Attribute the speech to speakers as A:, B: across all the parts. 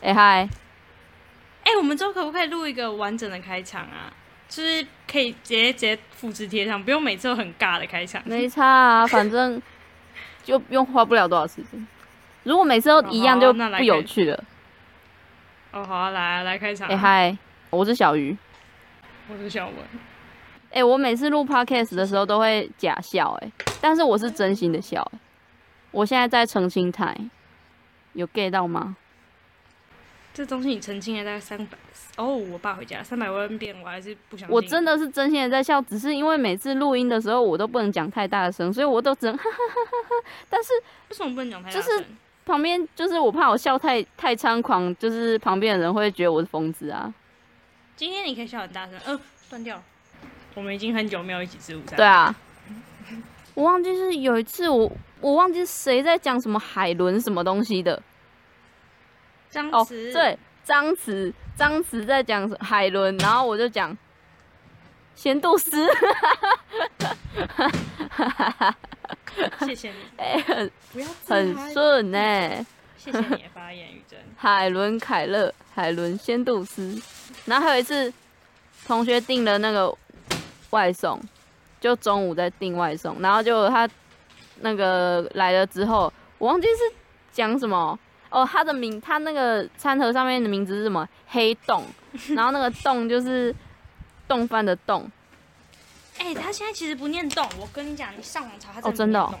A: 哎、嗨，
B: 哎、我们之后可不可以录一个完整的开场啊？就是可以直接直接复制贴上，不用每次都很尬的开场。
A: 没差 啊，反正就不用花不了多少时间。如果每次都一样，就
B: 好哦那来
A: 不有
B: 看
A: 趣了。
B: 哦，好、啊，来啊来开场、
A: 哎、嗨，我是小鱼。
B: 我是小文。
A: 哎、我每次录 podcast 的时候都会假笑、欸，哎，但是我是真心的笑、欸。我现在在澄清台，有 get 到吗？
B: 这东西你澄清了大概三百哦，我爸回家三百万遍，我还是不相信。
A: 我真的是真心的在笑，只是因为每次录音的时候我都不能讲太大的声，所以我都只能哈哈哈哈。但是
B: 为什么不能讲太大
A: 就是
B: 声
A: 旁边就是我怕我笑太太猖狂，就是旁边的人会觉得我是疯子啊。
B: 今天你可以笑很大声，呃，断掉了。我们已经很久没有一起吃午餐。
A: 对，啊，我忘记是有一次我我忘记谁在讲什么海伦什么东西的
B: 张
A: 哦，
B: 弛、，
A: 对，张弛张弛在讲海伦，然后我就讲咸度丝，
B: 谢谢你，
A: 哎、很
B: 不要自嗨
A: 很顺欸呢、
B: 谢谢你的发言，雨珍。
A: 海伦凯勒，海伦仙度斯。然后还有一次，同学订了那个外送，就中午在订外送，然后就他那个来了之后，我忘记是讲什么哦，他的名，他那个餐盒上面的名字是什么？黑洞，然后那个洞就是冻饭的洞，
B: 哎、他现在其实不念动，我跟你讲，你上网查他
A: 哦真的
B: 的
A: 哦
B: 不念动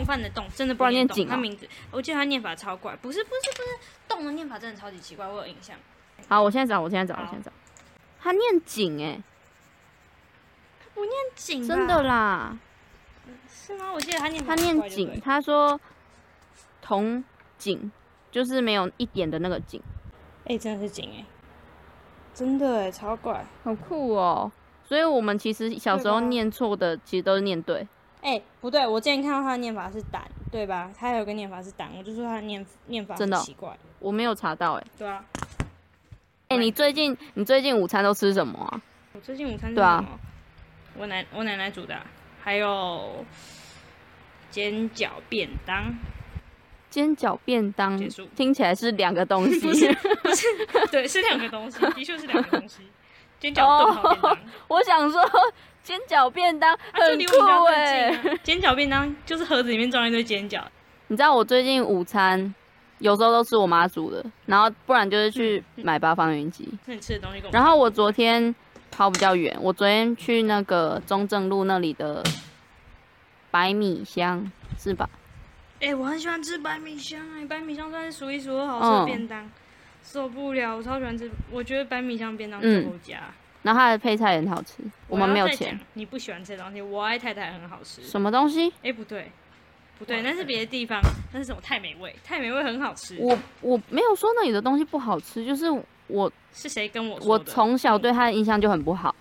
B: 动饭的动真的
A: 不然
B: 念
A: 念
B: 动
A: 井
B: 他
A: 哦
B: 名字我记得他念法超怪，不是不是不是，动的念法真的超级奇怪，我有印象。
A: 好，我现在找，我现在找，
B: 好
A: 我现在找。他念井哎、
B: 我念井，
A: 真的啦，
B: 是吗？我记得他念
A: 他
B: 法嗯很
A: 念
B: 怪就对
A: 井，他说同井就是没有一点的那个井，
B: 哎、真的是井哎、真的哎、超怪。
A: 好酷哦。所以我们其实小时候
B: 对吧
A: 念错的，其实都是念对。
B: 哎、不对，我之前看到他的念法是胆，对吧？他有个念法是胆，我就说他的念念法
A: 真的
B: 很
A: 哦
B: 奇怪，
A: 我没有查到哎、
B: 对啊。
A: 哎、你最近你最近午餐都吃什么啊？
B: 我最近午餐是
A: 对啊
B: 什么？我奶我奶奶煮的啊、还有煎饺便当。
A: 煎饺便当
B: 结束，
A: 听起来是两个东
B: 不是
A: 西。
B: 不是，对，是两个东西，的确是两个东西。煎饺
A: 哦
B: 炖好 便当，
A: 我想说，煎饺便当
B: 啊，就
A: 很
B: 离我们
A: 酷
B: 家
A: 哎、
B: 最近啊。煎饺便当就是盒子里面装一堆煎饺，
A: 你知道我最近午餐有时候都吃我妈煮的，然后不然就是去
B: 嗯
A: 买八方云集。
B: 那你吃的东西跟我们
A: 然后我昨天跑比较远，我昨天去那个中正路那里的百米香是吧？
B: 哎、我很喜欢吃白米香哎、白米香算是数一数二好吃的
A: 嗯
B: 便当，受不了，我超喜欢吃，我觉得白米香便当最
A: 嗯
B: 后加。
A: 然后它的配菜也很好吃，我们
B: 要
A: 没有
B: 再
A: 钱
B: 哦讲。，你不喜欢吃的东西，我爱太太很好吃。
A: 什么东西？
B: 哎、不对，不对，那是别的地方，那是什么？太美味，太美味很好吃。
A: 我我没有说那里的东西不好吃，就是我
B: 是谁跟我说
A: 我
B: 的？
A: 从小对它的印象就很不好，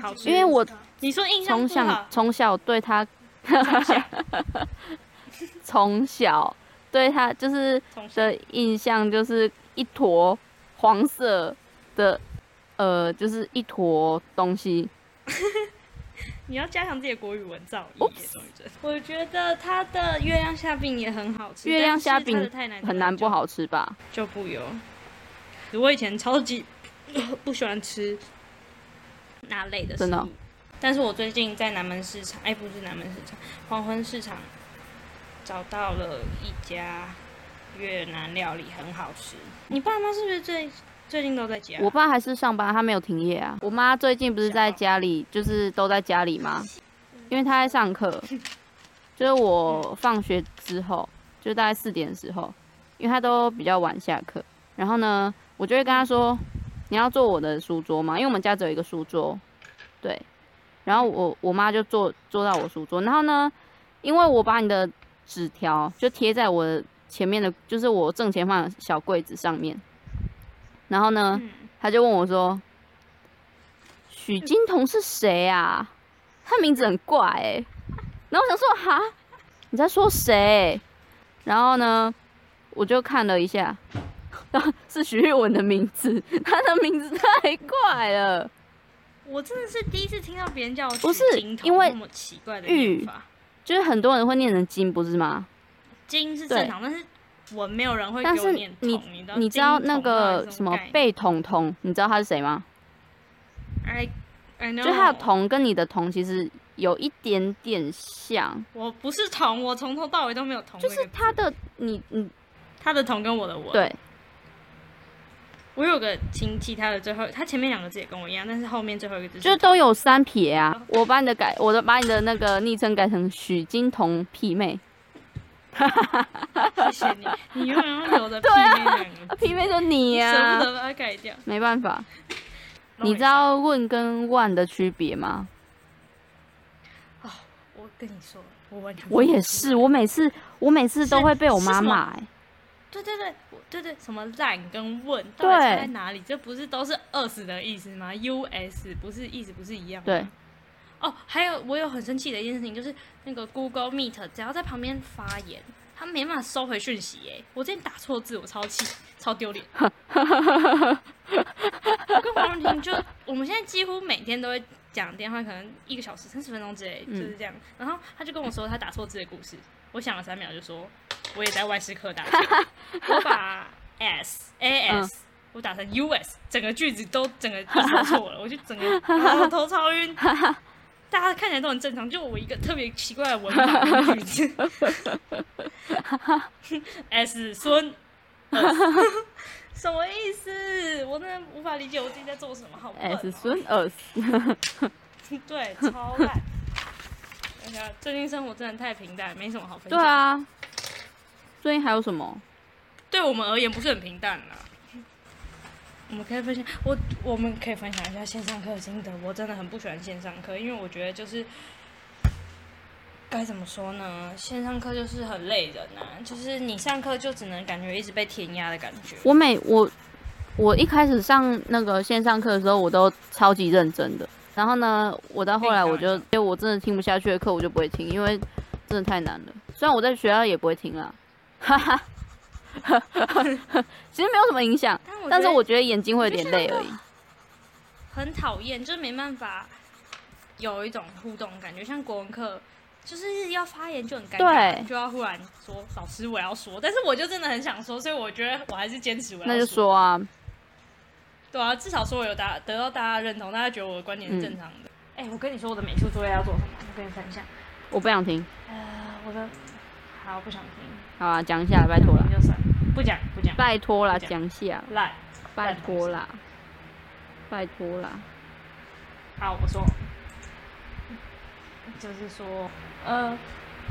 B: 好吃，
A: 因为我
B: 你说印象
A: 从
B: 不好
A: 小，从小对它
B: 从小
A: 从小对它就是
B: 从小
A: 的印象就是一坨黄色的，呃，就是一坨东西，
B: 你要加强自己的国语文造诣耶，宋雨珍。我觉得它的月亮虾饼也很好吃，
A: 月亮虾饼
B: 但是它的太难吃
A: 很难不
B: 就
A: 好吃吧？
B: 就不油。我以前超级不喜欢吃那类的食物，
A: 真的哦
B: 但是我最近在南门市场，哎，不是南门市场，黄昏市场找到了一家越南料理，很好吃。你爸妈是不是最最近都在家？
A: 我爸还是上班，他没有停业啊。我妈最近不是在家里，就是都在家里吗？因为她在上课，就是我放学之后，就大概四点的时候，因为她都比较晚下课。然后呢，我就会跟她说，你要坐我的书桌嘛，因为我们家只有一个书桌，对。然后我我妈就坐坐到我书桌，然后呢，因为我把你的纸条就贴在我的前面的，就是我正前方的小柜子上面。然后呢，
B: 嗯
A: 他就问我说：“许金童是谁啊？他名字很怪哎、然后我想说：“哈，你在说谁？”然后呢，我就看了一下， 是徐玉文的名字，他的名字太怪了。
B: 我真的是第一次听到别人叫我
A: 不
B: 取
A: 是
B: 金头
A: 因为
B: 那么奇怪的
A: 玉
B: 念法，
A: 就是很多人会念成金，不是吗？
B: 金是
A: 对
B: 正常，但是文，没有人会
A: 但
B: 给我
A: 是
B: 念
A: 你
B: 桶，你
A: 你知道那个
B: 什
A: 什么贝桶桶，你知道他是谁吗？
B: ？I I know，
A: 就他的，铜跟你的铜其实有一点点像，
B: 我不是铜，我从头到尾都没有铜这
A: 就
B: 个字，
A: 是他的你你
B: 他的铜跟我的我，
A: 对，
B: 我有个亲戚，他的最后他前面两个字也跟我一样，但是后面最后一个字
A: 就是
B: 是
A: 都有三撇啊。我把你的改，我的把你的那个昵称改成许金童屁妹
B: 谢谢 你，你永远要留着屁
A: 对
B: 妹
A: 啊
B: 两
A: 啊，
B: 个字，
A: 屁妹就你
B: 舍
A: 呀、
B: 不
A: 啊，
B: 得把它改掉。
A: 没办法。你知道问跟万的区别吗？
B: 啊我跟你说，我完全
A: 我
B: 分不
A: 也
B: 出
A: 是，
B: 来
A: 我每次我每次都
B: 是
A: 会被我
B: 是
A: 妈
B: 什么
A: 骂、欸。
B: 对对对，我对对，什么烂跟问，到底差在哪里？这不是都是二十的意思吗？US 不是意思不是一样吗？
A: 对。
B: 哦，还有我有很生气的一件事情，就是那个 Google Meet 只要在旁边发言，他没办法收回讯息耶。我之前打错字，我超气，超丢脸。我跟黄荣婷就，我们现在几乎每天都会讲电话，可能一个小时三十分钟之类，就
A: 嗯
B: 是这样。然后他就跟我说他打错字的故事，我想了三秒就说，我也在外事课打错，我把 S A S、我打成 U S，整个句子都整个意思都错了， 我就整个啊我头超晕。大家看起来都很正常，就我一个特别奇怪的文法跟句子。S 孙 什么意思？我真的无法理解我自己在做什么，好笨、哦。
A: S 孙 S，
B: 对，超烂。 哎呀，最近生活真的太平淡，没什么好分
A: 对
B: 享。，
A: 啊。最近还有什么？
B: 对我们而言不是很平淡啦。我们可以分享，我我们可以分享一下线上课的心得。我真的很不喜欢线上课，因为我觉得就是该怎么说呢，线上课就是很累人啊，就是你上课就只能感觉一直被填压的感觉。
A: 我每我我一开始上那个线上课的时候，我都超级认真的。然后呢，我到后来我就，因为我真的听不下去的课，我就不会听，因为真的太难了。虽然我在学校也不会听啦，哈哈，其实没有什么影响，
B: 但我
A: 但是
B: 觉得
A: 我觉得眼睛会有点累而已。
B: 很讨厌，就是没办法有一种互动感觉，像国文课。就是要发言就很尴尬，
A: 对
B: 就要忽然说老师我要说，但是我就真的很想说，所以我觉得我还是坚持我要
A: 那就说啊，
B: 对啊，至少说我有达得到大家认同，大家觉得我的观点是正常的。哎、我跟你说我的美术作业要做什么，我跟你分享。
A: 我不想听，
B: 呃，我的好不想听，
A: 好啊，讲一下，拜托啦
B: 你，就算不讲不讲，
A: 拜托啦，
B: 不讲
A: 讲一下啦，
B: 烂。
A: 拜托啦，拜托啦。
B: 好，我说，就是说，呃，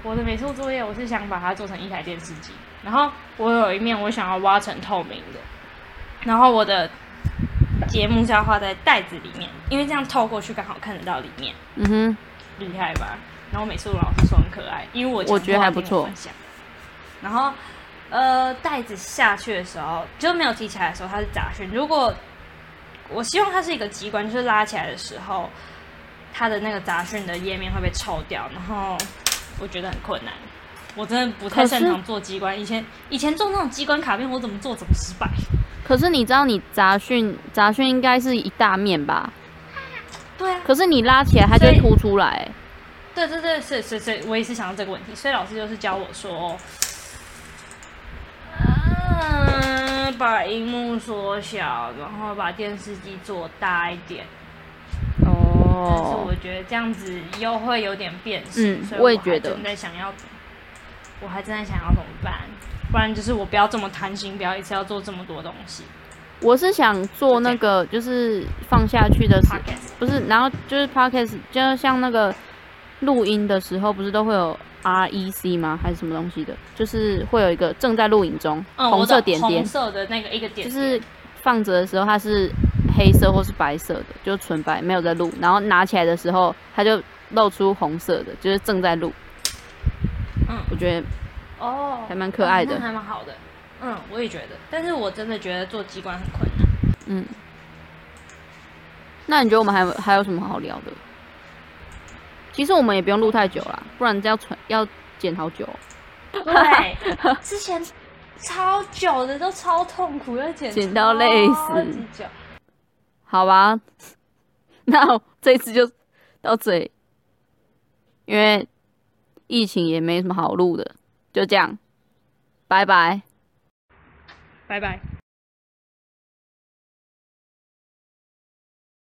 B: 我的美术作业我是想把它做成一台电视机，然后我有一面我想要挖成透明的，然后我的节目是要画在袋子里面，因为这样透过去刚好看得到里面。
A: 嗯哼，
B: 厉害吧？然后美术老师说很可爱，因为我
A: 我觉得还不错
B: 强迫他听我分享。然后呃，袋子下去的时候就没有提起来的时候，它是杂讯。如果我希望它是一个机关，就是拉起来的时候，它的那个杂讯的页面会被抽掉，然后我觉得很困难。我真的不太
A: 可是
B: 擅长做机关，以前以前做那种机关卡片，我怎么做怎么失败。
A: 可是你知道你杂讯杂讯应该是一大面吧？
B: 对啊，
A: 可是你拉起来，它就会
B: 所以
A: 凸出来。
B: 对对对，是是是，我也是想到这个问题，所以老师就是教我说，嗯、把荧幕缩小，然后把电视机做大一点。但是
A: 哦
B: 我，觉得这样子又会有点变形，
A: 嗯
B: 所以
A: 我也
B: 还
A: 觉得
B: 正在想要，我还正在想要怎么办，不然就是我不要这么贪心，不要一次要做这么多东西。
A: 我是想做那个，就是放下去的时
B: p o，c k e t
A: 不是，然后就是 podcast，就像那个录音的时候，不是都会有 REC 吗？还是什么东西的？就是会有一个正在录影中，
B: 嗯，
A: 红
B: 我懂
A: 色点点
B: 红，色的那个一个点点，
A: 就是放着的时候它是黑色或是白色的，就是纯白，没有在录。然后拿起来的时候，它就露出红色的，就是正在录。
B: 嗯。
A: 我觉得
B: 哦，
A: 还蛮可爱的
B: 哦那还蛮好的。嗯，我也觉得，但是我真的觉得做机关很困难。
A: 嗯，那你觉得我们还有还有什么好聊的？其实我们也不用录太久啦，不然这要传要剪好久哦、
B: 对，之前超久的都超痛苦，要剪
A: 剪到累死
B: 超级久
A: 好吧？ 那这一次就到这里，因为疫情也没什么好录的，就这样，拜拜。
B: 拜拜。